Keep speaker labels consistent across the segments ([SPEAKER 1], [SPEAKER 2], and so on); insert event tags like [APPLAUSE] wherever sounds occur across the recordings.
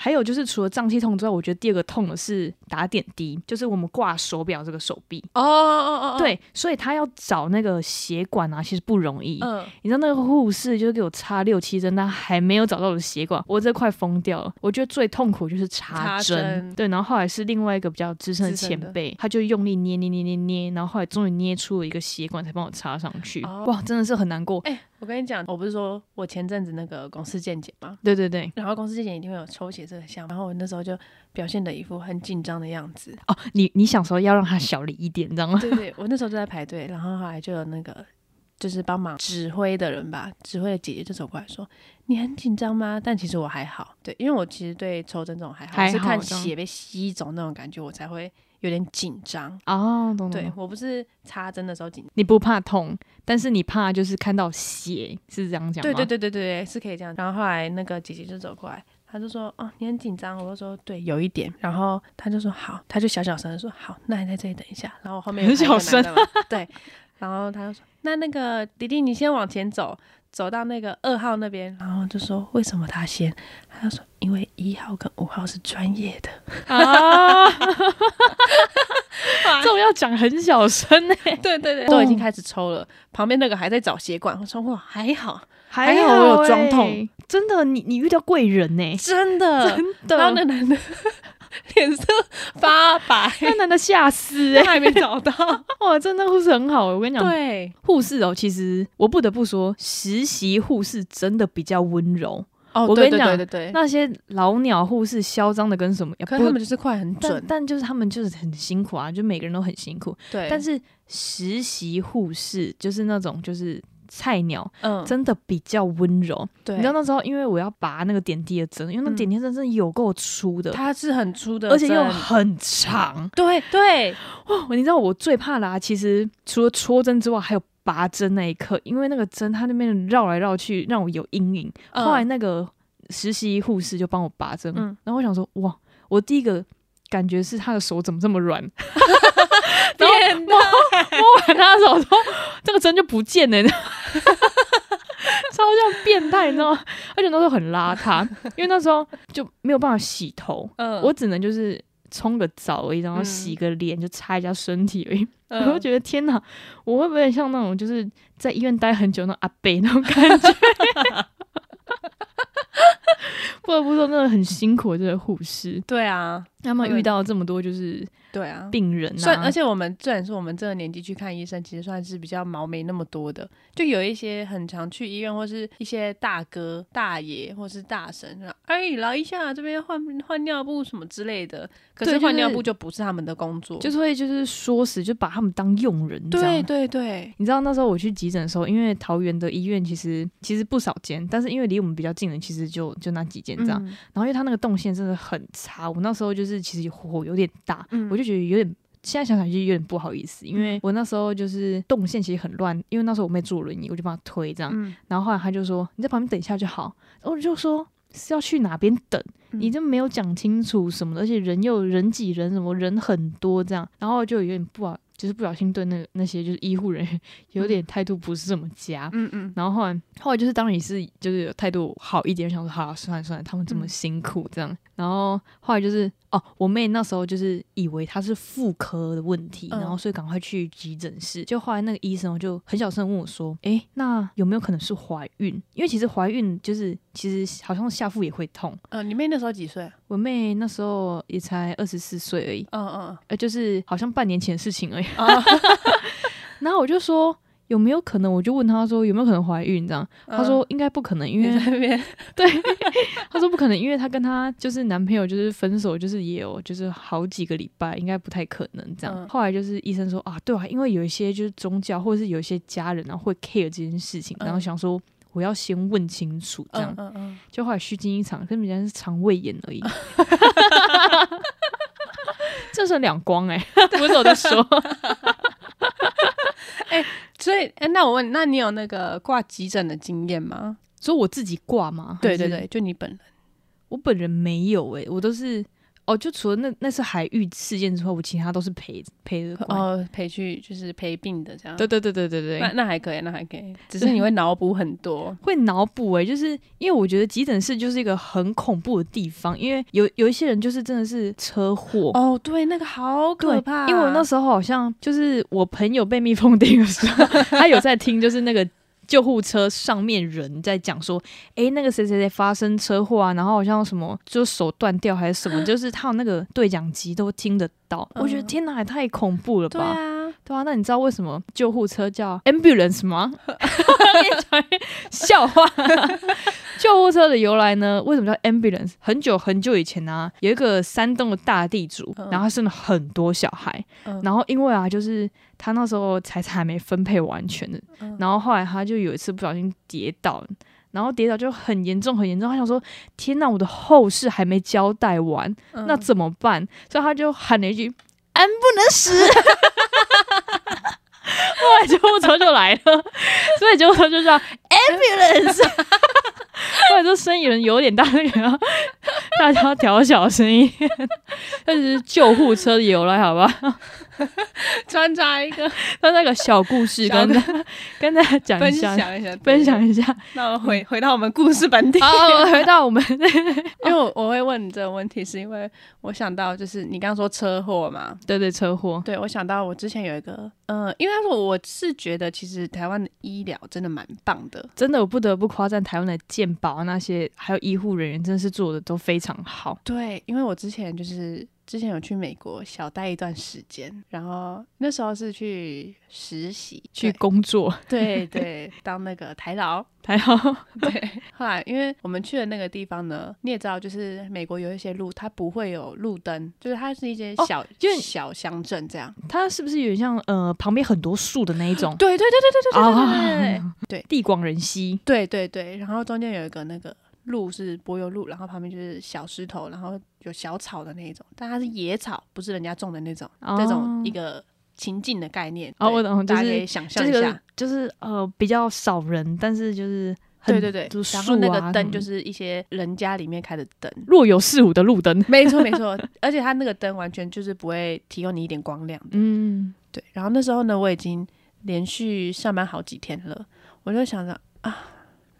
[SPEAKER 1] 还有就是除了胀气痛之外，我觉得第二个痛的是打点滴，就是我们挂手表这个手臂。
[SPEAKER 2] 哦哦哦，哦，
[SPEAKER 1] 对，所以他要找那个血管啊，其实不容易。
[SPEAKER 2] 嗯，
[SPEAKER 1] 你知道那个护士就是给我插六七针，但还没有找到我的血管，我这快疯掉了。我觉得最痛苦就是插
[SPEAKER 2] 插
[SPEAKER 1] 针，
[SPEAKER 2] 针
[SPEAKER 1] 对。然后后来是另外一个比较资深的
[SPEAKER 2] 资
[SPEAKER 1] 前
[SPEAKER 2] 深的
[SPEAKER 1] 辈，他就用力捏捏捏捏捏，然后后来终于捏出了一个血管才帮我插上去。
[SPEAKER 2] 哦
[SPEAKER 1] 哇，真的是很难过。
[SPEAKER 2] 哎、我跟你讲，我不是说我前阵子那个公司健检吗？
[SPEAKER 1] 对对对，
[SPEAKER 2] 然后公司健检一定会有抽血这个项目，然后我那时候就表现的一副很紧张的样子。
[SPEAKER 1] 哦，你你想说要让他小力一点，你知道吗？
[SPEAKER 2] 对对，我那时候就在排队，然后后来就有那个就是帮忙指挥的人吧，指挥的姐姐就走过来说：“你很紧张吗？”但其实我还好，对，因为我其实对抽针这种还好，
[SPEAKER 1] 还
[SPEAKER 2] 我是
[SPEAKER 1] 好
[SPEAKER 2] 看
[SPEAKER 1] 这样
[SPEAKER 2] 血被吸走那种感觉，我才会有点紧张。
[SPEAKER 1] 哦，懂懂
[SPEAKER 2] 对
[SPEAKER 1] 懂
[SPEAKER 2] 我不是插针的时候紧，
[SPEAKER 1] 你不怕痛，但是你怕就是看到血，是这样讲吗？
[SPEAKER 2] 对对对对对对，是可以这样。然后后来那个姐姐就走过来。她就说：“哦，你很紧张。”我就说：“对，有一点。”然后她就说：“好。”她就小小声的说：“好，那你在这里等一下。”然后我后面有
[SPEAKER 1] 很
[SPEAKER 2] 排一个
[SPEAKER 1] 小
[SPEAKER 2] 男的嘛对。然后她就说：“那那个迪迪，你先往前走，走到那个二号那边。”然后就说：“为什么他先？”她就说：“因为一号跟五号是专业的。
[SPEAKER 1] [LAUGHS] 啊，这种要讲很小声欸呢、”
[SPEAKER 2] [LAUGHS] 对对对，哦都已经开始抽了，旁边那个还在找血管。我说：“哇，还好，
[SPEAKER 1] 还
[SPEAKER 2] 好我有装痛
[SPEAKER 1] 欸，真的，你你遇到贵人呢、
[SPEAKER 2] 哎 [LAUGHS] 真的。
[SPEAKER 1] 真
[SPEAKER 2] 然后那
[SPEAKER 1] 的，
[SPEAKER 2] 男的 [LAUGHS] 脸色发白。
[SPEAKER 1] [LAUGHS] 那男的吓死哎、
[SPEAKER 2] 还没找到。
[SPEAKER 1] [LAUGHS] 哇，真的护士很好、欸，我跟你讲，
[SPEAKER 2] 对，
[SPEAKER 1] 护士哦，其实我不得不说，实习护士真的比较温柔，
[SPEAKER 2] 哦
[SPEAKER 1] 我跟你讲
[SPEAKER 2] 对对对，
[SPEAKER 1] 那些老鸟护士嚣张的跟什么样，
[SPEAKER 2] 可
[SPEAKER 1] 不
[SPEAKER 2] 是他们就是快很
[SPEAKER 1] 但
[SPEAKER 2] 准，
[SPEAKER 1] 但就是他们就是很辛苦啊，就每个人都很辛苦，
[SPEAKER 2] 对，
[SPEAKER 1] 但是实习护士就是那种就是菜鸟，
[SPEAKER 2] 嗯，
[SPEAKER 1] 真的比较温柔，
[SPEAKER 2] 对，
[SPEAKER 1] 呃你知道那时候，因为我要拔那个点滴的针，因为那
[SPEAKER 2] 嗯
[SPEAKER 1] 点滴的针真的有够粗的，
[SPEAKER 2] 它是很粗的针，
[SPEAKER 1] 而且又很长。
[SPEAKER 2] 对对，
[SPEAKER 1] 哦，你知道我最怕啦、其实除了戳针之外，还有拔针那一刻，因为那个针它那边绕来绕去，让我有阴影。
[SPEAKER 2] 嗯
[SPEAKER 1] 后来
[SPEAKER 2] [LAUGHS]
[SPEAKER 1] 那个实习护士就帮我拔针，
[SPEAKER 2] 嗯
[SPEAKER 1] 然后我想说，哇，我第一个感觉是他的手怎么这么软，然后
[SPEAKER 2] 天哪，
[SPEAKER 1] 摸完他的手之后，这个针就不见了， [LAUGHS] 你知道吗超像变态，你知道吗？而且那时候很邋遢，因为那时候就没有办法洗头，
[SPEAKER 2] 嗯
[SPEAKER 1] 我只能就是冲个澡而已，然后洗个脸，就擦一下身体而已。 [LAUGHS] 我
[SPEAKER 2] 嗯
[SPEAKER 1] 就觉得天哪，我会不会像那种就是在医院待很久那种阿伯那种感觉？ [LAUGHS] 不得不说，真的很辛苦，这个护士，
[SPEAKER 2] 对啊，
[SPEAKER 1] 他们遇到这么多就是
[SPEAKER 2] 对啊。
[SPEAKER 1] 病人啊，
[SPEAKER 2] 算，而且我们虽然说我们这个年纪去看医生，其实算是比较毛没那么多的，就有一些很常去医院或是一些大哥、大爷或是大神，说哎来一下这边换换尿布什么之类的，可
[SPEAKER 1] 对就
[SPEAKER 2] 是
[SPEAKER 1] 是
[SPEAKER 2] 换尿布就不是他们的工作，
[SPEAKER 1] 就是会就是说死，就把他们当佣人这
[SPEAKER 2] 对
[SPEAKER 1] 样。
[SPEAKER 2] 对对，
[SPEAKER 1] 你知道那时候我去急诊的时候，因为桃园的医院其实其实不少间，但是因为离我们比较近的，其实就就那几间这样。
[SPEAKER 2] 嗯
[SPEAKER 1] 然后因为它那个动线真的很差，我那时候就是其实火有点大，
[SPEAKER 2] 嗯
[SPEAKER 1] 我就觉得有点。现在想想就有点不好意思，因为我那时候就是动线其实很乱，因为那时候我妹坐轮椅，我就帮她推这样。
[SPEAKER 2] 嗯
[SPEAKER 1] 然后后来她就说：“你在旁边等一下就好。”然后我就说：“是要去哪边等？
[SPEAKER 2] 嗯
[SPEAKER 1] 你就没有讲清楚什么的，而且人又人挤人，什么人很多这样，然后就有点不好，就是不小心对那个那些就是医护人员 [LAUGHS] 有点态度不是这么佳。
[SPEAKER 2] 嗯嗯，
[SPEAKER 1] 然后后来，后来就是当然也是就是有态度好一点，想说好、啊、算了算了，他们这么
[SPEAKER 2] 嗯
[SPEAKER 1] 辛苦这样。然后后来就是哦，我妹那时候就是以为她是妇科的问题，
[SPEAKER 2] 嗯
[SPEAKER 1] 然后所以赶快去急诊室。就后来那个医生就很小声地问我说：“诶，那有没有可能是怀孕？因为其实怀孕就是其实好像下腹也会痛。”
[SPEAKER 2] 呃，你妹那时候几岁啊？
[SPEAKER 1] 我妹那时候也才二十四岁而已，
[SPEAKER 2] 嗯嗯
[SPEAKER 1] 呃，就是好像半年前的事情而已。 [LAUGHS]
[SPEAKER 2] [LAUGHS] 嗯，
[SPEAKER 1] 然后我就说有没有可能，我就问她说有没有可能怀孕这样，
[SPEAKER 2] 嗯
[SPEAKER 1] 她说应该不可能，因
[SPEAKER 2] 你
[SPEAKER 1] 为
[SPEAKER 2] 在那边，
[SPEAKER 1] 对，她说不可能，因为她跟她就是男朋友就是分手，就是也有就是好几个礼拜，应该不太可能这样。
[SPEAKER 2] 嗯
[SPEAKER 1] 后来就是医生说啊，对啊，因为有一些就是宗教或者是有一些家人啊会 care 这件事情，然后
[SPEAKER 2] 嗯
[SPEAKER 1] 想说我要先问清楚这样
[SPEAKER 2] 嗯。嗯嗯，
[SPEAKER 1] 就后来虚惊一场，跟别人家是肠胃炎
[SPEAKER 2] [LAUGHS]
[SPEAKER 1] 而已。这是两光
[SPEAKER 2] [LAUGHS]
[SPEAKER 1] 哎、欸，不是我在说，
[SPEAKER 2] 所以，哎，那我问你，那你有那个挂急诊的经验吗？
[SPEAKER 1] 所以我自己挂吗？
[SPEAKER 2] 对对
[SPEAKER 1] 还是，
[SPEAKER 2] 对，就你本人，
[SPEAKER 1] 我本人没有哎、我都是哦，就除了那那次海域事件之后，我其他都是陪陪着关。
[SPEAKER 2] 哦，陪去就是陪病的这样。
[SPEAKER 1] 对对对对对对，
[SPEAKER 2] 那那还可以，那还可以，只是你会脑补很多。
[SPEAKER 1] 会脑补哎，就是因为我觉得急诊室就是一个很恐怖的地方，因为有有一些人就是真的是车祸。
[SPEAKER 2] [LAUGHS] 哦，对，那个好可
[SPEAKER 1] 对
[SPEAKER 2] 怕。
[SPEAKER 1] 因为我那时候好像就是我朋友被蜜蜂叮的时 [LAUGHS] 候，他有在听，就是那个救护车上面人在讲说，诶、那个谁谁谁发生车祸啊，然后好像什么就手断掉还是什么，就是他有那个对讲机都听得到。我觉得
[SPEAKER 2] 嗯
[SPEAKER 1] 天哪，也太恐怖了
[SPEAKER 2] 对
[SPEAKER 1] 吧！
[SPEAKER 2] 啊，
[SPEAKER 1] 对啊，那你知道为什么救护车叫 ambulance 吗？ [LAUGHS] 我跟你讲一个笑话。 [LAUGHS] 救护车的由来呢？为什么叫 ambulance？很久很久以前啊，有一个山东的大地主，
[SPEAKER 2] 嗯
[SPEAKER 1] 然后他生了很多小孩，
[SPEAKER 2] 嗯
[SPEAKER 1] 然后因为啊，就是他那时候财产还没分配完全的，
[SPEAKER 2] 嗯
[SPEAKER 1] 然后后来他就有一次不小心跌倒，然后跌倒就很严重很严重，他想说：天哪，我的后事还没交代完，
[SPEAKER 2] 嗯
[SPEAKER 1] 那怎么办？所以他就喊了一句：“俺不能死。”后来救护车就来了， [LAUGHS] 所以救护车就叫 ambulance。后来就声音有点大，那个要大家要调小声音，那就是救护车的由来，好吧？
[SPEAKER 2] 穿插一个
[SPEAKER 1] 那那个小故事
[SPEAKER 2] 小
[SPEAKER 1] 跟大跟大家讲
[SPEAKER 2] 分
[SPEAKER 1] 一下，
[SPEAKER 2] 享一嗯下，
[SPEAKER 1] 分享。一下。
[SPEAKER 2] 那我回回到我们故事本体，
[SPEAKER 1] 好，回到我们
[SPEAKER 2] [LAUGHS] 因为我我会问你这个问题，是因为我想到就是你刚刚说车祸嘛，
[SPEAKER 1] [LAUGHS] 对对车祸，
[SPEAKER 2] 对，我想到我之前有一个，呃，因为他说我是觉得其实台湾的医疗真的蛮棒的，
[SPEAKER 1] 真的我不得不夸赞台湾的健保啊那些还有医护人员，真的是做的都非常好。
[SPEAKER 2] 对，因为我之前就是之前有去美国小待一段时间，然后那时候是去实习，
[SPEAKER 1] 去工作， [LAUGHS]
[SPEAKER 2] 对对对当那个台劳，
[SPEAKER 1] 还好，
[SPEAKER 2] 对。后来因为我们去的那个地方呢，你也知道，就是美国有一些路它不会有路灯，就是它是一些
[SPEAKER 1] 哦
[SPEAKER 2] 小、
[SPEAKER 1] 就是
[SPEAKER 2] 小乡镇这样，
[SPEAKER 1] 它是不是有点像呃旁边很多树的那一种？啊
[SPEAKER 2] 对对对对对对对对对对对。
[SPEAKER 1] 地广人稀，
[SPEAKER 2] 对对对，然后中间有一个那个路是柏油路，然后旁边就是小石头，然后有小草的那一种，但它是野草，不是人家种的那种，
[SPEAKER 1] 哦
[SPEAKER 2] 这种一个情境的概念。
[SPEAKER 1] 哦
[SPEAKER 2] 对
[SPEAKER 1] 我懂
[SPEAKER 2] 大家
[SPEAKER 1] 就是
[SPEAKER 2] 可以想
[SPEAKER 1] 就
[SPEAKER 2] 象
[SPEAKER 1] 是
[SPEAKER 2] 一
[SPEAKER 1] 有
[SPEAKER 2] 下
[SPEAKER 1] 点。就是呃比较少人，但是就是很
[SPEAKER 2] 对对对
[SPEAKER 1] 就，
[SPEAKER 2] 然
[SPEAKER 1] 树
[SPEAKER 2] 后那
[SPEAKER 1] 啊
[SPEAKER 2] 个
[SPEAKER 1] 什
[SPEAKER 2] 灯
[SPEAKER 1] 么
[SPEAKER 2] 就
[SPEAKER 1] 的
[SPEAKER 2] 是一些人家里面开的
[SPEAKER 1] [LAUGHS]
[SPEAKER 2] 灯，
[SPEAKER 1] 若有似无的路灯，
[SPEAKER 2] 没错没错，而且它那个灯完全就是不会提供你一点光亮的。
[SPEAKER 1] 嗯，
[SPEAKER 2] 对，然后那时候呢，我已经连续上班好几天了，我就想着啊，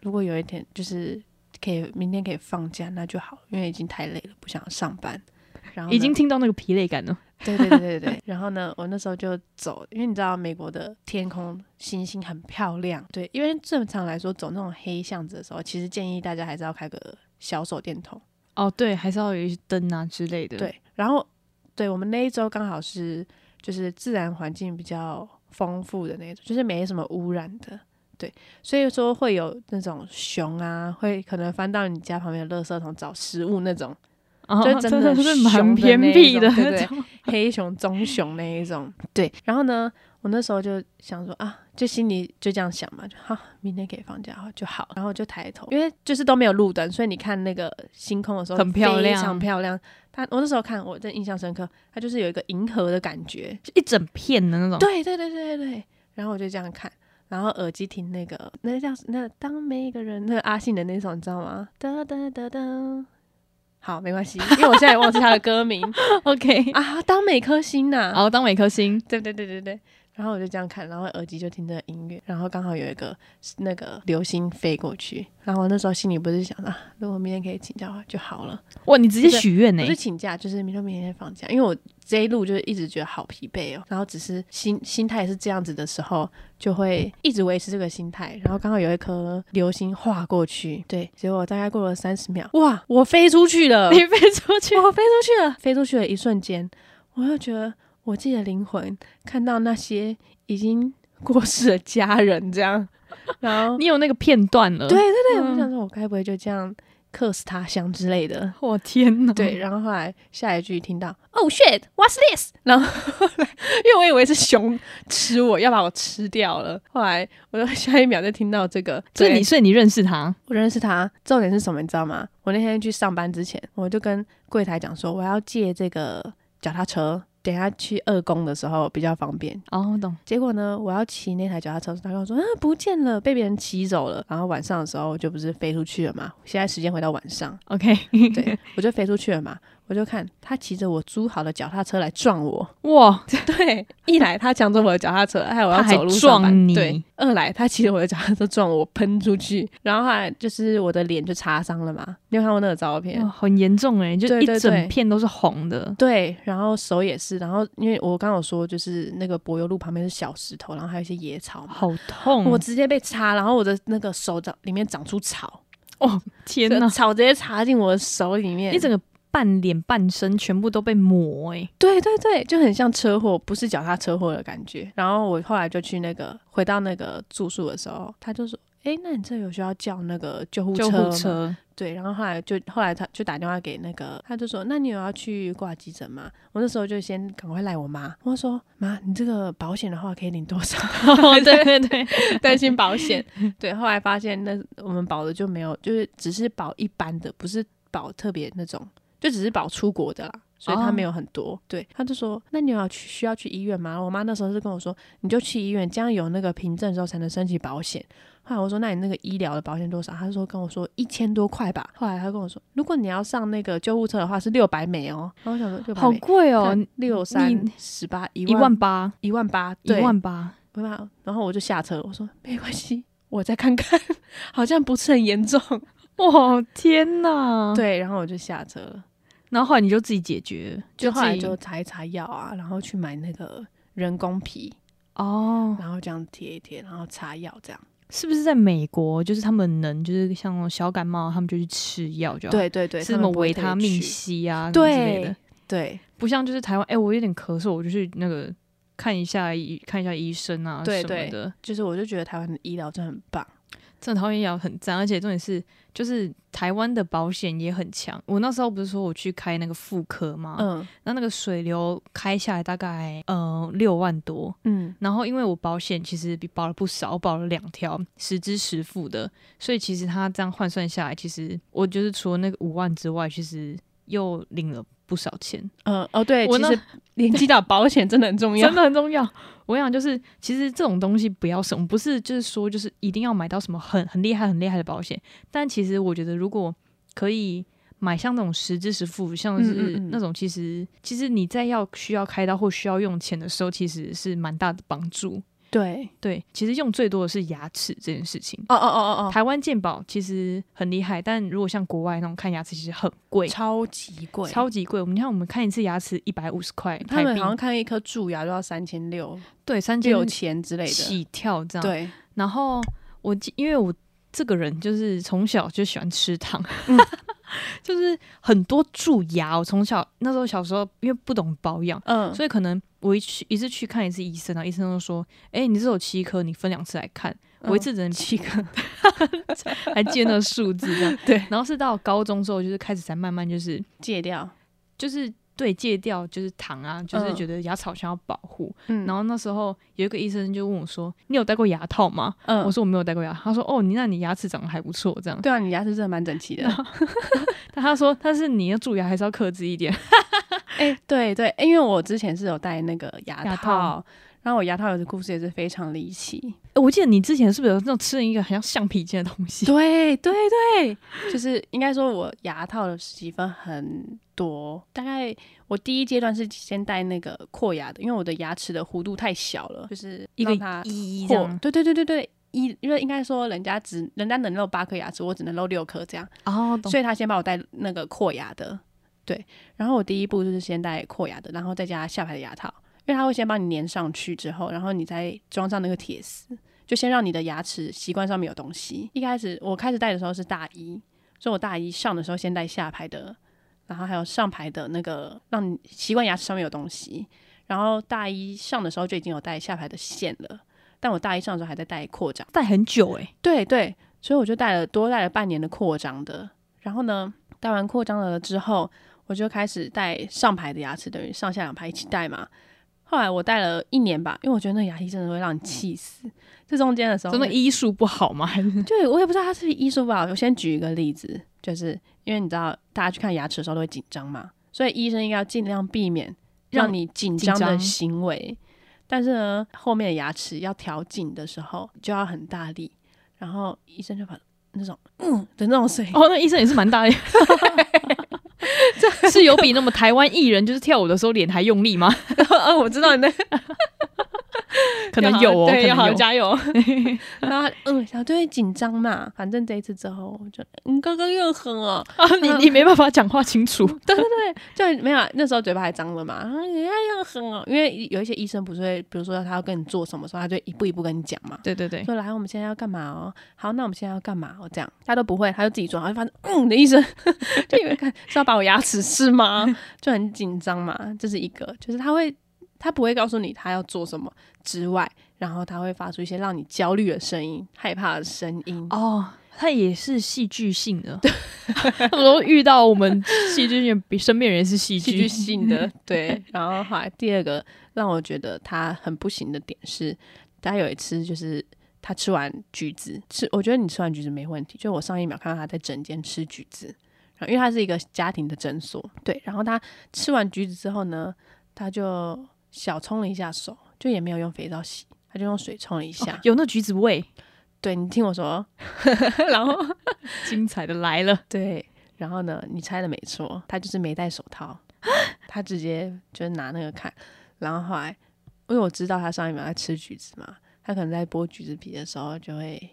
[SPEAKER 2] 如果有一天就是可以明天可以放假，那就好，因为已经太累了，不想上班。然后
[SPEAKER 1] 嗯
[SPEAKER 2] 呢
[SPEAKER 1] 已经听到那个疲累感了。
[SPEAKER 2] 对对对对对。然后呢，我那时候就走，因为你知道美国的天空星星很漂亮，对，因为正常来说走那种黑巷子的时候，其实建议大家还是要开个小手电筒。
[SPEAKER 1] 哦，对，还是要有一些灯啊之类的。， [LAUGHS]
[SPEAKER 2] 对，然后对我们那一周刚好是就是自然环境比较丰富的那种，就是没什么污染的。对，所以说会有那种熊啊，会可能翻到你家旁边的垃圾桶找食物那种，
[SPEAKER 1] 哦、
[SPEAKER 2] 就真的
[SPEAKER 1] 是
[SPEAKER 2] 熊
[SPEAKER 1] 蛮
[SPEAKER 2] 的
[SPEAKER 1] 偏
[SPEAKER 2] 那一
[SPEAKER 1] 僻
[SPEAKER 2] 种
[SPEAKER 1] 的
[SPEAKER 2] 对不
[SPEAKER 1] 那
[SPEAKER 2] 对
[SPEAKER 1] 种。
[SPEAKER 2] 黑熊、棕熊那
[SPEAKER 1] [LAUGHS]
[SPEAKER 2] 一种。对，然后呢，我那时候就想说啊，就心里就这样想嘛，就好、明天可以放假就好。然后就抬头，因为就是都没有路灯，所以你看那个星空的时候
[SPEAKER 1] 很漂亮
[SPEAKER 2] 非常漂亮。它我那时候看，我真的印象深刻，它就是有一个银河的感觉。
[SPEAKER 1] 就一整片的那种。
[SPEAKER 2] 对对对对对对。然后我就这样看，然后耳机听那个那叫那当每一个人那个阿信的那首，你知道吗？哒哒哒哒。好，没关系，因为我现在也忘记他的歌名
[SPEAKER 1] [LAUGHS] OK，
[SPEAKER 2] 啊。当每颗星呐、
[SPEAKER 1] 然后当每颗星，
[SPEAKER 2] 对对对对对。然后我就这样看，然后耳机就听着音乐，然后刚好有一个那个流星飞过去，然后我那时候心里不是想啊，如果明天可以请假的话就好了，
[SPEAKER 1] 哇，你直接
[SPEAKER 2] 不是
[SPEAKER 1] 许愿呢
[SPEAKER 2] 不？是请假，就是明天明天放假，因为我这一路就是一直觉得好疲惫哦，然后只是心心态是这样子的时候，就会一直维持这个心态，然后刚好有一颗流星划过去，对，结果大概过了三十秒，哇，我飞出去 [LAUGHS]
[SPEAKER 1] [LAUGHS]
[SPEAKER 2] 了，
[SPEAKER 1] 你飞出去，
[SPEAKER 2] 我飞出去了，飞出去的一瞬间，我又觉得我自己的灵魂看到那些已经过世的家人这样，然后
[SPEAKER 1] 你有那个片段了。
[SPEAKER 2] 对，对对，我
[SPEAKER 1] 嗯
[SPEAKER 2] 就想说，我该不会就这样客死他乡之类的？
[SPEAKER 1] [LAUGHS] 我哦天哪！
[SPEAKER 2] 对，，然后后来下一句听到 “Oh shit, what's this？” 然后后来，因为我以为是熊吃我，要把我吃掉了。后来我就下一秒就听到 [LAUGHS] 这个，
[SPEAKER 1] 所以
[SPEAKER 2] 对
[SPEAKER 1] 你所以你认识他，
[SPEAKER 2] 我认识他，重点是什么？你知道吗？我那天去上班之前，我就跟柜台讲说，我要借这个脚踏车，等一下去二宫的时候比较方便。
[SPEAKER 1] 哦，我懂，
[SPEAKER 2] 结果呢，我要骑那台脚踏车，他跟我说啊不见了，被别人骑走了。然后晚上的时候，我就不是飞出去了嘛？现在时间回到晚上， [LAUGHS]
[SPEAKER 1] OK，
[SPEAKER 2] 对我就飞出去了嘛。我就看他骑着我租好的脚踏车来撞我。
[SPEAKER 1] [LAUGHS]
[SPEAKER 2] [LAUGHS]
[SPEAKER 1] 哇，
[SPEAKER 2] 对，一来他抢走我的脚踏车，害我要
[SPEAKER 1] 他还
[SPEAKER 2] 走路上班
[SPEAKER 1] 撞你
[SPEAKER 2] 对，二来他骑着我的脚踏车撞我，喷出去，然后后来就是我的脸就擦伤了嘛。你有看过那个照片？
[SPEAKER 1] 哇很严重哎、就
[SPEAKER 2] 对
[SPEAKER 1] 一
[SPEAKER 2] 对对
[SPEAKER 1] 整片都是红的。
[SPEAKER 2] 对，然后手也是，然后因为我刚有说，就是那个柏油路旁边是小石头，然后还有一些野草嘛，
[SPEAKER 1] 好痛！啊
[SPEAKER 2] 我直接被擦，然后我的那个手掌里面长出草，
[SPEAKER 1] 天
[SPEAKER 2] 这
[SPEAKER 1] 哪
[SPEAKER 2] 个，草直接插进我的手里面，
[SPEAKER 1] 你整个半脸半身全部都被磨哎、
[SPEAKER 2] 对对对，就很像车祸，不是脚踏车祸的感觉。然后我后来就去那个回到那个住宿的时候，他就说：“诶，那你这有需要叫那个救护
[SPEAKER 1] 救
[SPEAKER 2] 车
[SPEAKER 1] 护
[SPEAKER 2] 吗
[SPEAKER 1] 车，？”
[SPEAKER 2] 对，然后后来就后来他就打电话给那个，他就说：“那你有要去挂急诊吗？”我那时候就先赶快赖我妈，我说：“妈，你这个保险的话可以领多少？”
[SPEAKER 1] [LAUGHS] 哦，对对对，
[SPEAKER 2] 担心
[SPEAKER 1] [LAUGHS]
[SPEAKER 2] 保险。对，后来发现那我们保的就没有，就是只是保一般的，不是保特别那种，就只是保出国的啦。所以他
[SPEAKER 1] 哦
[SPEAKER 2] 没有很多，对，他就说，那你有要去需要去医院吗？我妈那时候是跟我说，你就去医院，这样有那个凭证之后才能申请保险。后来我说，那你那个医疗的保险多少？他说跟我说一千多块吧。后来他跟我说，如果你要上那个救护车的话是六百美哦。然后我想说六百
[SPEAKER 1] 好
[SPEAKER 2] 美，
[SPEAKER 1] 贵哦，
[SPEAKER 2] 六三十八一
[SPEAKER 1] 一
[SPEAKER 2] 万
[SPEAKER 1] 万八，
[SPEAKER 2] 一万八，
[SPEAKER 1] 一
[SPEAKER 2] 对
[SPEAKER 1] 万八，
[SPEAKER 2] 没办法，然后我就下车，我说没关系， [LAUGHS] 我再看看，好像不是很严重。
[SPEAKER 1] 嗯哇，天哪！，
[SPEAKER 2] 对，然后我就下车了，
[SPEAKER 1] 然后后来你就自己解决了，
[SPEAKER 2] 就后
[SPEAKER 1] 自
[SPEAKER 2] 来
[SPEAKER 1] 己
[SPEAKER 2] 就擦一擦药啊，然后去买那个人工皮，
[SPEAKER 1] 哦，
[SPEAKER 2] 然后这样贴一贴，然后擦药这样。
[SPEAKER 1] 是不是在美国，就是他们能就是像那种小感冒，他们就去吃药就好，
[SPEAKER 2] 对对对，
[SPEAKER 1] 吃什
[SPEAKER 2] 他们
[SPEAKER 1] 么
[SPEAKER 2] 不会
[SPEAKER 1] 维
[SPEAKER 2] 特
[SPEAKER 1] 他
[SPEAKER 2] 别
[SPEAKER 1] 命
[SPEAKER 2] 去
[SPEAKER 1] C 啊什么之类
[SPEAKER 2] 对
[SPEAKER 1] 的，
[SPEAKER 2] 对
[SPEAKER 1] 不像就是台湾，哎、我有点咳嗽，我就去那个看一下医看一下医生啊
[SPEAKER 2] 对
[SPEAKER 1] 什么
[SPEAKER 2] 对
[SPEAKER 1] 的。
[SPEAKER 2] 就是我就觉得台湾的医疗真的很棒。
[SPEAKER 1] 真的桃园医疗很赞，而且重点是就是台湾的保险也很强。我那时候不是说我去开那个妇科嘛，
[SPEAKER 2] 嗯
[SPEAKER 1] 那那个水流开下来大概呃六万多，
[SPEAKER 2] 嗯
[SPEAKER 1] 然后因为我保险其实比保了不少，我保了两条实支实付的，所以其实它这样换算下来，其实我就是除了那个五万之外，其实又领了不少钱，
[SPEAKER 2] 嗯哦对，
[SPEAKER 1] 我
[SPEAKER 2] 其
[SPEAKER 1] 那 [LAUGHS]
[SPEAKER 2] 实联系到保险真的很重要
[SPEAKER 1] 真。的很重要。我想就是，其实这种东西不要省，我们不是就是说就是一定要买到什么很很厉害很厉害的保险，但其实我觉得如果可以。买像那种实支实付，像
[SPEAKER 2] 嗯
[SPEAKER 1] 是
[SPEAKER 2] 嗯嗯
[SPEAKER 1] 那种其实其实你在要需要开刀或需要用钱的时候，其实是蛮大的帮助。
[SPEAKER 2] 对，
[SPEAKER 1] 对，其实用最多的是牙齿这件事情。
[SPEAKER 2] 哦哦哦哦
[SPEAKER 1] 台湾健保其实很厉害，但如果像国外那种看牙齿，其实很贵
[SPEAKER 2] 哦，，超级贵，
[SPEAKER 1] 超级贵。我们你看，我们看一次牙齿一百五十块
[SPEAKER 2] 他
[SPEAKER 1] 台
[SPEAKER 2] 们
[SPEAKER 1] 币
[SPEAKER 2] 好，像看一颗蛀牙都要三千六、
[SPEAKER 1] 对，三千啊
[SPEAKER 2] 六千之类的。
[SPEAKER 1] 起跳这样。，
[SPEAKER 2] 对，
[SPEAKER 1] 然后我记因为我这个人就是从小就喜欢吃糖，
[SPEAKER 2] 嗯
[SPEAKER 1] [LAUGHS] 就是很多蛀牙。我从小那时候小时候因为不懂保养，
[SPEAKER 2] 嗯，
[SPEAKER 1] 所以可能我一去一次去看一次医生，然后医生就说：“哎、你这有七颗，你分两次来看。”我
[SPEAKER 2] 嗯
[SPEAKER 1] 一次只能 [LAUGHS]
[SPEAKER 2] 七个，
[SPEAKER 1] 还记得那个数字这样。
[SPEAKER 2] 嗯对，
[SPEAKER 1] 然后是到高中之后，就是开始才慢慢就是
[SPEAKER 2] 戒掉。
[SPEAKER 1] 就是对戒掉就是糖啊，就是
[SPEAKER 2] 嗯
[SPEAKER 1] 觉得牙齿好像要保护。
[SPEAKER 2] 嗯
[SPEAKER 1] 然后那时候有一个医生就问我说：“你有戴过牙套吗？”
[SPEAKER 2] 嗯
[SPEAKER 1] 我说：“我没有戴过牙。”他说：“哦，你那你牙齿长得还不错。”这样，
[SPEAKER 2] 对啊，你牙齿真的蛮整齐的。
[SPEAKER 1] 但他说：“但是你要蛀牙还是要克制一点。 [LAUGHS]
[SPEAKER 2] 哎、对对、因为我之前是有戴那个牙
[SPEAKER 1] 牙
[SPEAKER 2] 套，
[SPEAKER 1] 套
[SPEAKER 2] 然后我牙套有的故事也是非常
[SPEAKER 1] [LAUGHS]
[SPEAKER 2] 离奇。
[SPEAKER 1] 哎我记得你之前是不是有那种吃了一个很像橡皮筋的东西？
[SPEAKER 2] 对对对，就是应该说我牙套的积分很多，大概我第一阶段是先戴那个扩牙的，因为我的牙齿的弧度太小了，就是
[SPEAKER 1] 一个
[SPEAKER 2] 让它
[SPEAKER 1] 一一这
[SPEAKER 2] 或
[SPEAKER 1] 样
[SPEAKER 2] 对对对对对。一，因为应该说人家只人家能露八颗牙齿，我只能露六颗这样，
[SPEAKER 1] 哦，懂
[SPEAKER 2] 所以他先帮我戴那个扩牙的，对。然后我第一步就是先戴扩牙的，然后再加下排的牙套，因为他会先帮你粘上去之后，然后你再装上那个铁丝，就先让你的牙齿习惯上面有东西。一开始我开始戴的时候是大一，所以我大一上的时候先戴下排的，然后还有上排的那个，让你习惯牙齿上面有东西。然后大一上的时候就已经有戴下排的线了，但我大一上的时候还在戴扩张。
[SPEAKER 1] 戴很久哎、
[SPEAKER 2] 对对，所以我就带了多带了半年的扩张的。然后呢，带完扩张了之后，我就开始带上排的牙齿，等于上下两排一起带嘛。后来我带了一年吧，因为我觉得那个牙医真的会让你气死。这中间的时候，
[SPEAKER 1] 真的医术不好吗？还是
[SPEAKER 2] 对我也不知道他是不是医术不好。我先举一个例子，就是因为你知道大家去看牙齿的时候都会紧张嘛，所以医生应该要尽量避免让
[SPEAKER 1] 让
[SPEAKER 2] 你紧
[SPEAKER 1] 紧
[SPEAKER 2] 张的
[SPEAKER 1] 张
[SPEAKER 2] 行为。但是呢，后面的牙齿要调紧的时候就要很大力，然后
[SPEAKER 1] 哦
[SPEAKER 2] 医生就把那种嗯的那种声音，
[SPEAKER 1] [LAUGHS] 哦，那医生也是蛮大的，
[SPEAKER 2] 这
[SPEAKER 1] 是有比那么台湾艺人就是跳舞的时候脸还用力 [LAUGHS] 吗？
[SPEAKER 2] 嗯，我知道你那
[SPEAKER 1] 可能有哦，可
[SPEAKER 2] 对，要好
[SPEAKER 1] 能
[SPEAKER 2] 好
[SPEAKER 1] 有。 [LAUGHS]
[SPEAKER 2] 加油。 [LAUGHS] 然后他嗯，小队会紧张嘛，反正这一次之后，我就你嗯刚刚又狠哦，
[SPEAKER 1] 啊，你你没办法讲话清楚，
[SPEAKER 2] 对对对，就没有啊那时候嘴巴还张了嘛，嗯你要又狠哦，因为有一些医生不是会，比如说他要跟你做什么时候，他就一步一步跟你讲嘛。
[SPEAKER 1] 对对对，
[SPEAKER 2] 说来，我们现在要干嘛哦？好，那我们现在要干嘛哦？这样他都不会，他就自己做，然后发现，嗯，你的医生 [LAUGHS] 就以为看是要把我牙齿吃吗？就很紧张嘛。这是一个，就是他会，他不会告诉你他要做什么之外，然后他会发出一些让你焦虑的声音、害怕的声音。
[SPEAKER 1] 哦，它也是戏剧性的。 [LAUGHS] 他们都遇到我们戏剧性，比身边人也是戏
[SPEAKER 2] 戏剧
[SPEAKER 1] 剧。
[SPEAKER 2] 性
[SPEAKER 1] 嗯
[SPEAKER 2] 的，对。然后后来第二个让我觉得他很不行的点是，他有一次就是他吃完橘子，吃我觉得你吃完橘子没问题，就我上一秒看到他在整间吃橘子，然后因为他是一个家庭的诊所，对。然后他吃完橘子之后呢，他就小冲了一下手，就也没有用肥皂洗，他就用水冲了一下。
[SPEAKER 1] 哦有那橘子味，
[SPEAKER 2] 对你听
[SPEAKER 1] [LAUGHS]
[SPEAKER 2] 我说， [LAUGHS] 然后
[SPEAKER 1] 精彩的来了。
[SPEAKER 2] 对，然后呢，你猜的没错，他就是没戴手套，他直接就是拿那个看，然后后来，因为我知道他上一秒在吃橘子嘛，他可能在剥橘子皮的时候就会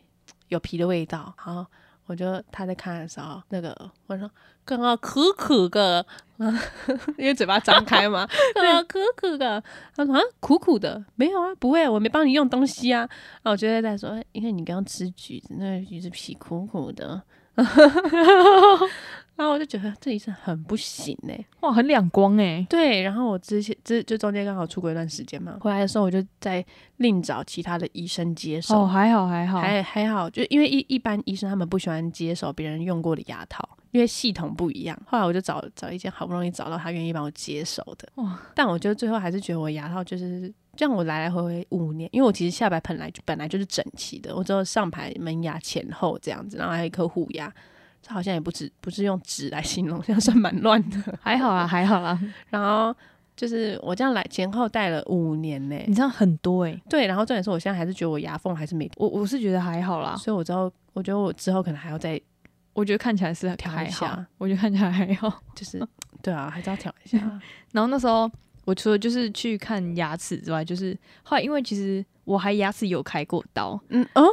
[SPEAKER 2] 有皮的味道，然后我就他在看的时候，那个我说刚刚苦苦的， [LAUGHS] 因为嘴巴张开嘛，刚刚苦苦的，他说啊苦苦的，没有啊，不会，我没帮你用东西啊，然后我就在说，哎因为你刚刚吃橘子，那个橘子皮苦苦的。然后我就觉得这医生很不行哎、
[SPEAKER 1] 哇，很两光哎、
[SPEAKER 2] 对，然后我之前这就中间刚好出国一段时间嘛，回来的时候我就在另找其他的医生接手，
[SPEAKER 1] 哦，还好还好，
[SPEAKER 2] 还还好，就因为一一般医生他们不喜欢接手别人用过的牙套，因为系统不一样。后来我就找找一间好不容易找到他愿意帮我接手的，
[SPEAKER 1] 哇
[SPEAKER 2] 但我就最后还是觉得我牙套就是这样，我来来回回五年，因为我其实下排本来就本来就是整齐的，我只有上排门牙前后这样子，然后还有一颗护牙。这好像也不止，不是用纸来形容，这样算蛮乱的。
[SPEAKER 1] [LAUGHS] 还好啦，还好啦。
[SPEAKER 2] 然后就是我这样来前后戴了五年呢、
[SPEAKER 1] 你这样很多哎、
[SPEAKER 2] 对，然后重点是我现在还是觉得我牙缝还是没，
[SPEAKER 1] 我我是觉得还好啦，
[SPEAKER 2] 所以我之后我觉得我之后可能还要再
[SPEAKER 1] 我觉得看起来是
[SPEAKER 2] 调
[SPEAKER 1] 还
[SPEAKER 2] 一
[SPEAKER 1] 好
[SPEAKER 2] 下，
[SPEAKER 1] 我觉得看起来还好。
[SPEAKER 2] 就是对啊，还是要调一
[SPEAKER 1] [LAUGHS]
[SPEAKER 2] 下。
[SPEAKER 1] 然后那时候我除了就是去看牙齿之外，就是后来因为其实我还牙齿有开过刀，
[SPEAKER 2] 嗯哦，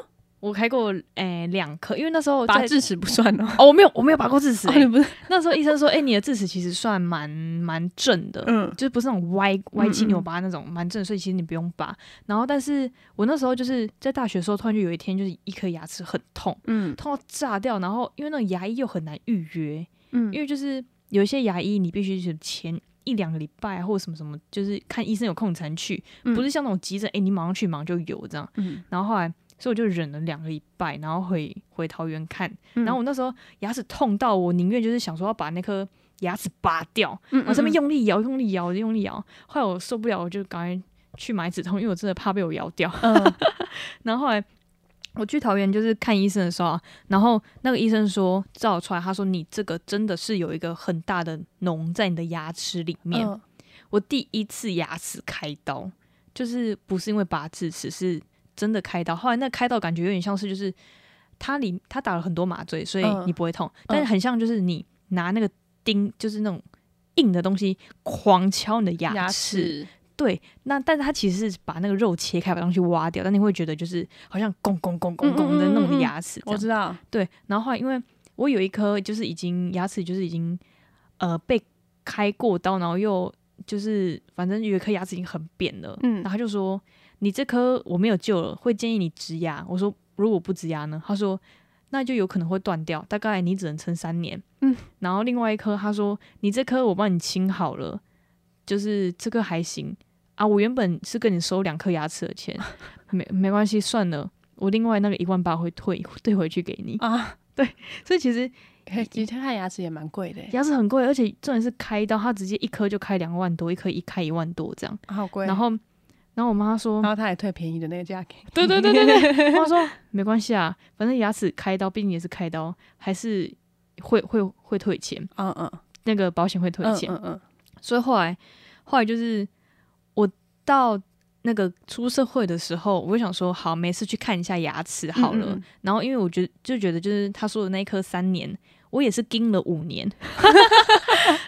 [SPEAKER 1] 我开过诶两颗，因为那时候
[SPEAKER 2] 拔
[SPEAKER 1] 在
[SPEAKER 2] 智齿不算哦，
[SPEAKER 1] [LAUGHS] 哦我没有我没有拔过智齿、
[SPEAKER 2] 哦
[SPEAKER 1] 欸
[SPEAKER 2] 你不是
[SPEAKER 1] 那时候医生说，哎、你的智齿其实算蛮蛮正的，
[SPEAKER 2] 嗯
[SPEAKER 1] 就是不是那种歪歪七扭八那种，蛮正，所以其实你不用拔。然后，但是我那时候就是在大学的时候，突然就有一天就是一颗牙齿很痛，
[SPEAKER 2] 嗯
[SPEAKER 1] 痛到炸掉。然后因为那种牙医又很难预约，
[SPEAKER 2] 嗯
[SPEAKER 1] 因为就是有一些牙医你必须是前一两个礼拜啊或者什么什么，就是看医生有空才能去，
[SPEAKER 2] 嗯
[SPEAKER 1] 不是像那种急诊，哎、你马上去马上就有这样。
[SPEAKER 2] 嗯，
[SPEAKER 1] 然后后来，所以我就忍了两个礼拜，然后回回桃园看。
[SPEAKER 2] 然
[SPEAKER 1] 然后我那时候牙齿痛到我宁愿就是想说要把那颗牙齿拔掉，
[SPEAKER 2] 我
[SPEAKER 1] 我这边用力摇，用力摇，用力摇，后来我受不了，我就赶快去买止痛，因为我真的怕被我摇掉。
[SPEAKER 2] 嗯
[SPEAKER 1] 然后后来我去桃园就是看医生的时候啊，然后那个医生说照出来，他说你这个真的是有一个很大的脓在你的牙齿里面。
[SPEAKER 2] 嗯
[SPEAKER 1] 我第一次牙齿开刀，就是不是因为拔智齿，是真的开刀。后来那开刀感觉有点像是就是他里他打了很多麻醉，所以
[SPEAKER 2] 嗯
[SPEAKER 1] 你不会痛，但是很像就是你拿那个钉，就是那种硬的东西狂敲你的牙齿。
[SPEAKER 2] 牙齿
[SPEAKER 1] 对，那但是他其实是把那个肉切开，把东西挖掉，但你会觉得就是好像拱拱拱拱拱的那
[SPEAKER 2] 嗯嗯嗯嗯
[SPEAKER 1] 种
[SPEAKER 2] 嗯
[SPEAKER 1] 牙齿这样。
[SPEAKER 2] 我知道，
[SPEAKER 1] 对，然后后来因为我有一颗就是已经牙齿就是已经呃被开过刀，然后又就是反正有一颗牙齿已经很扁了，
[SPEAKER 2] 嗯
[SPEAKER 1] 然后他就说你这颗我没有救了，会建议你植牙。我说如果不植牙呢？他说那就有可能会断掉，大概你只能撑三年。
[SPEAKER 2] 嗯，
[SPEAKER 1] 然后另外一颗他说你这颗我帮你清好了，就是这颗还行啊。我原本是跟你收两颗牙齿的钱， [LAUGHS] 没没关系，算了。我另外那个一万八会退 [LAUGHS] 退回去给你，
[SPEAKER 2] 啊，
[SPEAKER 1] 所以其实
[SPEAKER 2] 嘿其实看牙齿也蛮贵的欸，
[SPEAKER 1] 牙齿很贵，而且重点是开刀，他直接一颗就开两万多，一颗一开一万多这样。
[SPEAKER 2] 好贵。
[SPEAKER 1] 然后，然后我妈说
[SPEAKER 2] 然，后他也退便宜的那个价给你，
[SPEAKER 1] 对对对对 [LAUGHS] 对，我妈说没关系啊，反正牙齿开刀，毕竟也是开刀，还是会会会退钱，
[SPEAKER 2] 嗯嗯，
[SPEAKER 1] 那个保险会退
[SPEAKER 2] 嗯
[SPEAKER 1] 钱。
[SPEAKER 2] 嗯嗯
[SPEAKER 1] 所以后来，后来就是我到那个出社会的时候，我就想说，好，没事去看一下牙齿
[SPEAKER 2] 嗯，
[SPEAKER 1] 好了。
[SPEAKER 2] 嗯，嗯
[SPEAKER 1] 然后因为我 [LAUGHS] 觉得就觉得就是他说的那一颗三年，我也是盯了五年，然后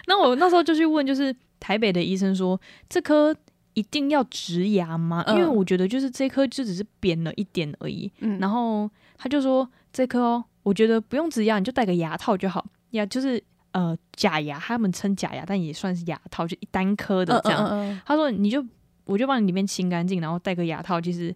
[SPEAKER 1] 那我那时候就去问，就是台北的医生说，这颗一定要植牙吗？因为
[SPEAKER 2] 嗯
[SPEAKER 1] 我觉得就是这颗就只是扁了一点而已。
[SPEAKER 2] 嗯，
[SPEAKER 1] 然后他就说这颗哦，我觉得不用植牙，你就戴个牙套就好。牙就是呃假牙，他们称假牙，但也算是牙套，就一单颗的这样。
[SPEAKER 2] 嗯
[SPEAKER 1] 他说你就我就帮你里面清干净，然后戴个牙套。其实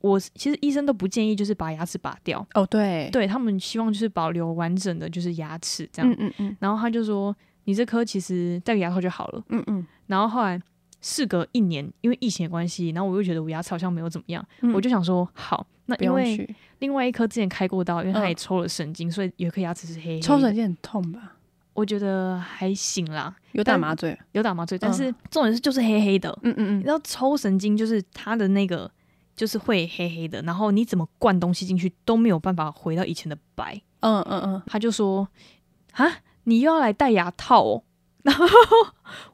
[SPEAKER 1] 我其实医生都不建议就是把牙齿拔掉，
[SPEAKER 2] 哦，对，
[SPEAKER 1] 对他们希望就是保留完整的就是牙齿这样。
[SPEAKER 2] 嗯嗯嗯
[SPEAKER 1] 然后他就说你这颗其实戴个牙套就好了。
[SPEAKER 2] 嗯嗯
[SPEAKER 1] 然后后来事隔一年，因为疫情的关系，然后我又觉得我牙齿好像没有怎么样，
[SPEAKER 2] 嗯，
[SPEAKER 1] 我就想说好，那
[SPEAKER 2] 不
[SPEAKER 1] 因
[SPEAKER 2] 用
[SPEAKER 1] 为
[SPEAKER 2] 去
[SPEAKER 1] 另外一颗之前开过刀，因为它
[SPEAKER 2] 嗯
[SPEAKER 1] 也抽了神经，所以有一颗牙齿是黑黑的
[SPEAKER 2] 抽神，经很痛吧？
[SPEAKER 1] 我觉得还行啦，
[SPEAKER 2] 有打
[SPEAKER 1] 但
[SPEAKER 2] 麻醉？啊
[SPEAKER 1] 有打麻醉，但是重点是就是黑黑的。
[SPEAKER 2] 嗯嗯
[SPEAKER 1] 你知道抽神经就是它的那个就是会黑黑的，然后你怎么灌东西进去都没有办法回到以前的白。
[SPEAKER 2] 嗯嗯嗯
[SPEAKER 1] 他就说：“啊，你又要来戴牙套哦？” [LAUGHS] 然后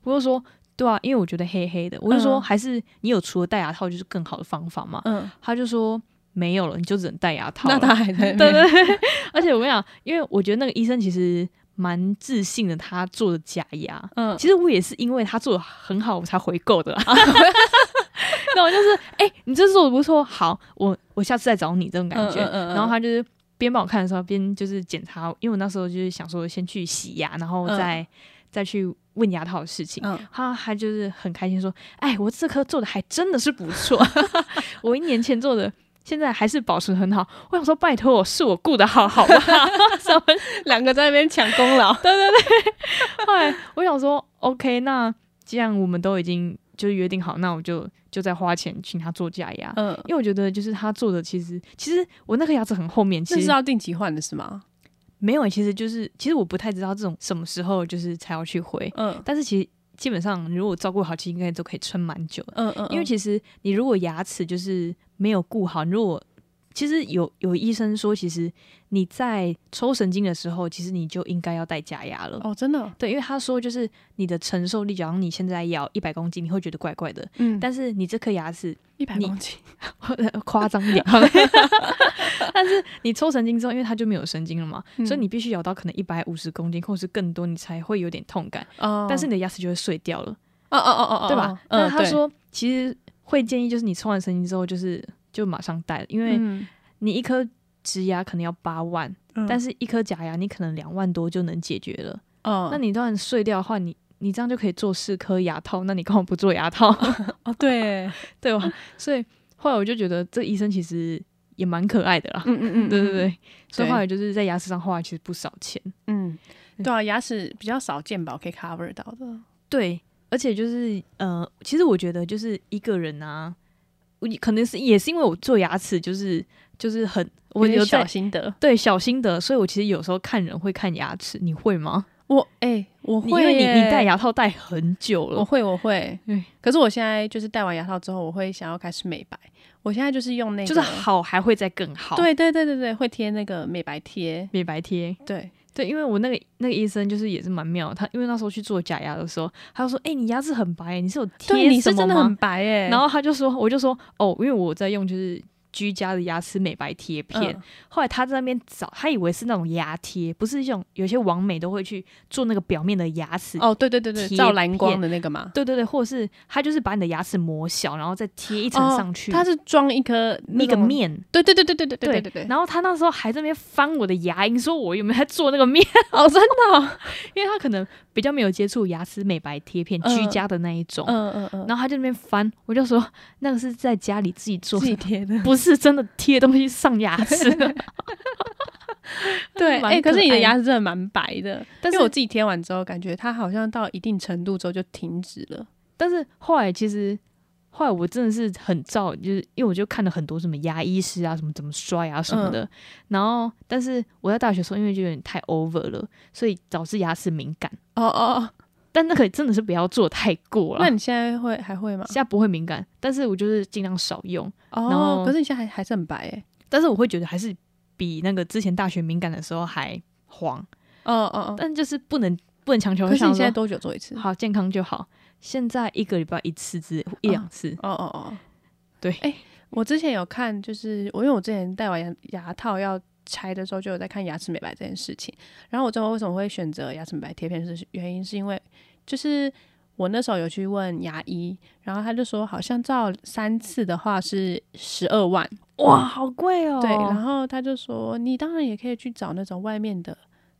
[SPEAKER 1] 我就说：“对啊，因为我觉得黑黑的。”我就说：“
[SPEAKER 2] 嗯
[SPEAKER 1] 还是你有除了戴牙套就是更好的方法嘛
[SPEAKER 2] 嗯？”嗯，
[SPEAKER 1] 他就说：“没有了，你就只能戴牙套了。”
[SPEAKER 2] [LAUGHS] 那他还在那
[SPEAKER 1] 对
[SPEAKER 2] 边
[SPEAKER 1] 对，对 [LAUGHS] 而且我跟你讲，因为我觉得那个医生其实蛮自信的，他做的假牙，
[SPEAKER 2] 嗯
[SPEAKER 1] 其实我也是因为他做的很好，我才回购的啦。啊 [LAUGHS] 那我就是，哎、你这次做的不错，好，我我下次再找你这种感觉。
[SPEAKER 2] 嗯嗯嗯嗯
[SPEAKER 1] 然后他就是边帮我看的时候，边就是检查，因为我那时候就是想说先去洗牙，然后再、再去问牙套的事情。
[SPEAKER 2] 嗯
[SPEAKER 1] 他他就是很开心说：“哎，我这颗做的还真的是不错， [LAUGHS] 我一年前做的，现在还是保持很好。”我想说，拜托我，是我顾得好，好不好？ [LAUGHS] 什么？
[SPEAKER 2] [LAUGHS] 两个在那边抢功 [LAUGHS] 劳。
[SPEAKER 1] 后来我想说，OK，那既然我们都已经就是约定好，那我就就再花钱请他做假牙。
[SPEAKER 2] 嗯，
[SPEAKER 1] 因为我觉得，就是他做的，其实其实我那颗牙齿很后面，
[SPEAKER 2] 那
[SPEAKER 1] 其实
[SPEAKER 2] 是要定期换的是吗？
[SPEAKER 1] 没有，其实就是其实我不太知道这种什么时候就是才要去回，
[SPEAKER 2] 嗯
[SPEAKER 1] 但是其实基本上如果照顾好，其实应该都可以撑蛮久的。
[SPEAKER 2] 嗯嗯，
[SPEAKER 1] 因为其实你如果牙齿就是没有顾好，如果其实有有医生说，其实你在抽神经的时候，其实你就应该要戴假牙了。
[SPEAKER 2] 哦，真的，
[SPEAKER 1] 对，因为他说就是你的承受力，假如你现在咬一百公斤，你会觉得怪怪的，
[SPEAKER 2] 嗯，
[SPEAKER 1] 但是你这颗牙齿
[SPEAKER 2] 一百
[SPEAKER 1] 你
[SPEAKER 2] 公斤，
[SPEAKER 1] 夸张一 [LAUGHS] 点，但是你抽神经之后，因为它就没有神经了嘛，所以
[SPEAKER 2] 嗯
[SPEAKER 1] 你必须咬到可能一百五十公斤或是更多，你才会有点痛感，
[SPEAKER 2] [LAUGHS] 哦
[SPEAKER 1] 但是你的牙齿就会碎掉了。
[SPEAKER 2] 哦哦哦哦，
[SPEAKER 1] 对吧？
[SPEAKER 2] 嗯，
[SPEAKER 1] 那他说，其实会建议就是你抽完神经之后，就是就马上戴，因
[SPEAKER 2] 对，
[SPEAKER 1] 为
[SPEAKER 2] 嗯
[SPEAKER 1] 你一颗植牙可能要八万，但是一颗假牙你可能两万多就能解决了。
[SPEAKER 2] 哦，
[SPEAKER 1] 那你当然碎掉的话，你你这样就可以做四颗牙套，那你干嘛不做牙套？ [LAUGHS]
[SPEAKER 2] 哦对，嗯
[SPEAKER 1] 对吧？所以后来我就觉得这医生其实也蛮可爱的啦。
[SPEAKER 2] 嗯
[SPEAKER 1] [LAUGHS]
[SPEAKER 2] 嗯，
[SPEAKER 1] 对对对，所以
[SPEAKER 2] 对
[SPEAKER 1] 后来就是在牙齿上花了其实不少钱。
[SPEAKER 2] 嗯，对啊，牙齿比较少健保可以 cover 到的，
[SPEAKER 1] 对，而且就是呃，其实我觉得就是一个人啊，我可能是也是因为我做牙齿就是就是很我
[SPEAKER 2] 有
[SPEAKER 1] 有
[SPEAKER 2] 点小
[SPEAKER 1] 在
[SPEAKER 2] 心得。
[SPEAKER 1] 对小心的，所以我其实有时候看人会看牙齿，你会吗？
[SPEAKER 2] 我哎，我
[SPEAKER 1] 你因为
[SPEAKER 2] 会
[SPEAKER 1] 你
[SPEAKER 2] 耶，
[SPEAKER 1] 你戴牙套戴很久
[SPEAKER 2] 我
[SPEAKER 1] 了，
[SPEAKER 2] 会，我会
[SPEAKER 1] 对。
[SPEAKER 2] 可是我现在就是戴完牙套之后，我会想要开始美白。我现在就是用那个，
[SPEAKER 1] 就是好还会再更好。，
[SPEAKER 2] 对对对对对，会贴那个美白贴。
[SPEAKER 1] 美白贴。
[SPEAKER 2] 对，
[SPEAKER 1] 对，因为我那个那个医生就是也是蛮妙的，他因为那时候去做假牙的时候，他就说：“哎、你牙齿很白，你是有
[SPEAKER 2] 对，
[SPEAKER 1] 贴
[SPEAKER 2] 你
[SPEAKER 1] 什
[SPEAKER 2] 是
[SPEAKER 1] 么
[SPEAKER 2] 真的
[SPEAKER 1] 吗
[SPEAKER 2] 很白哎。
[SPEAKER 1] 然后他就说，我就说：“哦，因为我在用就是居家的牙齿美白贴片。
[SPEAKER 2] 嗯
[SPEAKER 1] 后来他在那边找，他以为是那种牙贴，不是这种有些网美都会去做那个表面的牙齿。
[SPEAKER 2] 哦，对对对对，
[SPEAKER 1] 贴
[SPEAKER 2] 照蓝光
[SPEAKER 1] 片
[SPEAKER 2] 的那个嘛，
[SPEAKER 1] 对对对，或者是他就是把你的牙齿磨小，然后再贴一层
[SPEAKER 2] 哦
[SPEAKER 1] 上去，
[SPEAKER 2] 它是装一颗那
[SPEAKER 1] 一个
[SPEAKER 2] 种。
[SPEAKER 1] 面。
[SPEAKER 2] 对对对对对对对对对对。
[SPEAKER 1] 然后他那时候还在那边翻我的牙龈，说我有没有在做那个面，
[SPEAKER 2] 哦，真的哦。
[SPEAKER 1] [LAUGHS] 因为他可能比较没有接触牙齿美白贴片，居
[SPEAKER 2] 嗯
[SPEAKER 1] 家的那一种。
[SPEAKER 2] 嗯嗯嗯。
[SPEAKER 1] 然后他就那边翻，我就说那个是在家里自己做
[SPEAKER 2] 自己
[SPEAKER 1] 的，
[SPEAKER 2] 贴的，
[SPEAKER 1] 不是真的贴东西上牙 [LAUGHS] 齿。
[SPEAKER 2] 对，
[SPEAKER 1] 蛮
[SPEAKER 2] 哎、可是你的
[SPEAKER 1] 爱
[SPEAKER 2] 牙齿真的蛮白的，
[SPEAKER 1] 但
[SPEAKER 2] 因
[SPEAKER 1] 是
[SPEAKER 2] 为我自己贴完之后，感觉它好像到一定程度之后就停止了。
[SPEAKER 1] 但是后来其实后来我真的是很照，就是因为我就看了很多什么牙医师啊，什么怎么刷牙什么的。然后，但是我在大学的时候，因为就有点太 over 了，所以导致牙齿敏感。
[SPEAKER 2] 哦哦，哦，
[SPEAKER 1] 但那个真的是不要做太过了
[SPEAKER 2] 那。你现在会还会吗？
[SPEAKER 1] 现在不会敏感，但是我就是尽量少用。然
[SPEAKER 2] 哦
[SPEAKER 1] 后，
[SPEAKER 2] 可是你现在还还是很白哎。
[SPEAKER 1] 但是我会觉得还是比那个之前大学敏感的时候还慌，
[SPEAKER 2] 哦哦哦，
[SPEAKER 1] 但就是不能不能强求。
[SPEAKER 2] 可是你
[SPEAKER 1] 想
[SPEAKER 2] 现在
[SPEAKER 1] 说
[SPEAKER 2] 多久做一次？哦
[SPEAKER 1] 好健康就好，现在一个礼拜一次之一两次。
[SPEAKER 2] 哦哦，
[SPEAKER 1] 对
[SPEAKER 2] 哎、我之前有看，就是我因为我之前戴完牙牙套要拆的时候就有在看牙齿美白这件事情。然后我最后为什么会选择牙齿美白贴片是原因是因为就是我那时候有去问牙医，然后他就说好像照三次的话是十二万，
[SPEAKER 1] 哇，好贵哦。
[SPEAKER 2] 对，然后他就说你当然也可以去找那种外面的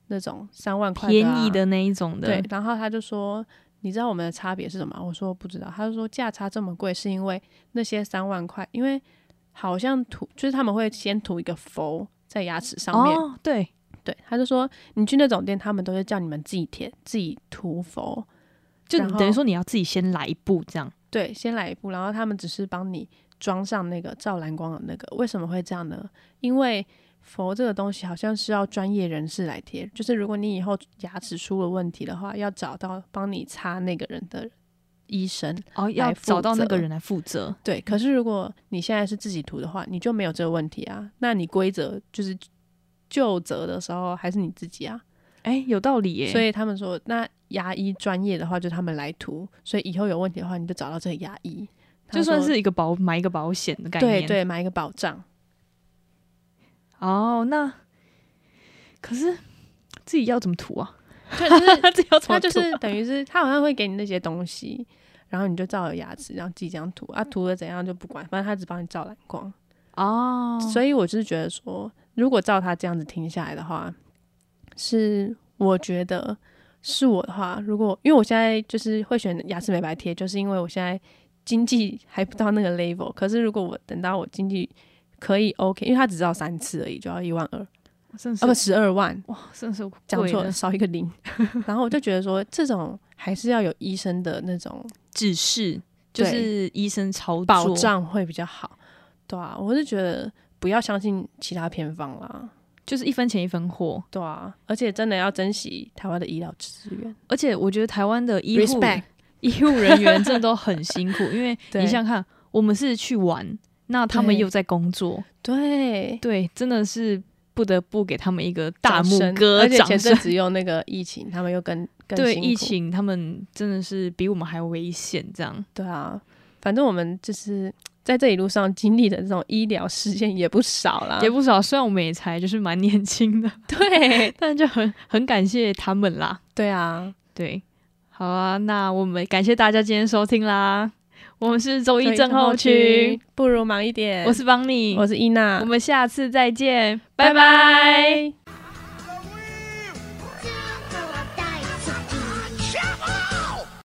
[SPEAKER 2] 那种三万块、啊、
[SPEAKER 1] 便宜的那一种的，
[SPEAKER 2] 对，然后他就说。你知道我们的差别是什么吗？我说不知道。他就说价差这么贵是因为那些三万块，因为好像涂就是他们会先涂一个氟在牙齿上面，
[SPEAKER 1] 哦，对，
[SPEAKER 2] 对，他就说你去那种店，他们都是叫你们自己填、自己涂氟，
[SPEAKER 1] 就
[SPEAKER 2] 然后
[SPEAKER 1] 等于说你要自己先来一步这样。
[SPEAKER 2] 对，先来一步，然后他们只是帮你装上那个照蓝光的那个。为什么会这样呢？因为氟这个东西好像是要专业人士来贴，就是如果你以后牙齿出了问题的话，要找到帮你擦那个人的医生。
[SPEAKER 1] 哦，要
[SPEAKER 2] 来负
[SPEAKER 1] 找到那
[SPEAKER 2] 责
[SPEAKER 1] 个人来负责。
[SPEAKER 2] 对，可是如果你现在是自己涂的话，你就没有这个问题啊。那你规则就是就责的时候还是你自己啊。
[SPEAKER 1] 哎、有道理耶。
[SPEAKER 2] 所以他们说，那牙医专业的话就他们来涂，所以以后有问题的话你就找到这个牙医，他
[SPEAKER 1] 就算
[SPEAKER 2] 说
[SPEAKER 1] 是一个保买一个保险的概念。
[SPEAKER 2] 对对买一个保障。
[SPEAKER 1] 哦，那可是自己要怎么涂 [LAUGHS] 啊？
[SPEAKER 2] 对，就是 [LAUGHS]
[SPEAKER 1] 自己要怎
[SPEAKER 2] 他
[SPEAKER 1] 么涂啊？
[SPEAKER 2] 就是等于是他好像会给你那些东西，然后你就照着牙齿，然后自己这样涂啊，涂了怎样就不管，反正他只帮你照蓝光。
[SPEAKER 1] 哦，
[SPEAKER 2] 所以我就是觉得说，如果照他这样子听下来的话，是我觉得是我的话，如果因为我现在就是会选雅诗美白贴，就是因为我现在经济 [LAUGHS] 还不到那个 level。可是如果我等到我经济可以 OK，因为他只照三次而已，就要一万二，啊
[SPEAKER 1] 真哦的是
[SPEAKER 2] 不十二万，
[SPEAKER 1] 哇，真的是
[SPEAKER 2] 讲
[SPEAKER 1] 贵
[SPEAKER 2] 错了
[SPEAKER 1] 了
[SPEAKER 2] 少一
[SPEAKER 1] [LAUGHS]
[SPEAKER 2] 个零。然后我就觉得说，这种还是要有医生的那种
[SPEAKER 1] 指示就是医生操作
[SPEAKER 2] 保。障会比较好，对啊，我是觉得不要相信其他偏方啦。
[SPEAKER 1] 就是一分钱一分货，
[SPEAKER 2] 对啊，而且真的要珍惜台湾的医疗资源。
[SPEAKER 1] 而且我觉得台湾的医护
[SPEAKER 2] Respect
[SPEAKER 1] [LAUGHS] 医护人员真的都很辛 [LAUGHS] 苦，因为
[SPEAKER 2] 对
[SPEAKER 1] 你想想看，我们是去玩，那他们
[SPEAKER 2] 对
[SPEAKER 1] 又在工作，
[SPEAKER 2] 对，
[SPEAKER 1] 对，真的是不得不给他们一个大
[SPEAKER 2] 掌声
[SPEAKER 1] 拇哥
[SPEAKER 2] 而且
[SPEAKER 1] 掌
[SPEAKER 2] 前
[SPEAKER 1] 声
[SPEAKER 2] 阵。子又那个疫情，他们
[SPEAKER 1] [LAUGHS]
[SPEAKER 2] 又更更
[SPEAKER 1] 对
[SPEAKER 2] 辛苦
[SPEAKER 1] 疫，情，他们真的是比我们还危险，这样
[SPEAKER 2] 对啊，反正我们就是在这一路上经历的这种医疗事件也不少啦，
[SPEAKER 1] 也不少。虽然我们也才就是蛮年轻的， [LAUGHS]
[SPEAKER 2] 对，
[SPEAKER 1] 但就很很感谢他们啦。
[SPEAKER 2] 对啊，
[SPEAKER 1] 对，好啊，那我们感谢大家今天收听啦。我们是周一症候群，
[SPEAKER 2] 不如忙一点，
[SPEAKER 1] 我是邦尼，
[SPEAKER 2] 我是伊娜
[SPEAKER 1] 我，们下次再见，拜
[SPEAKER 2] 拜
[SPEAKER 1] 拜
[SPEAKER 2] 拜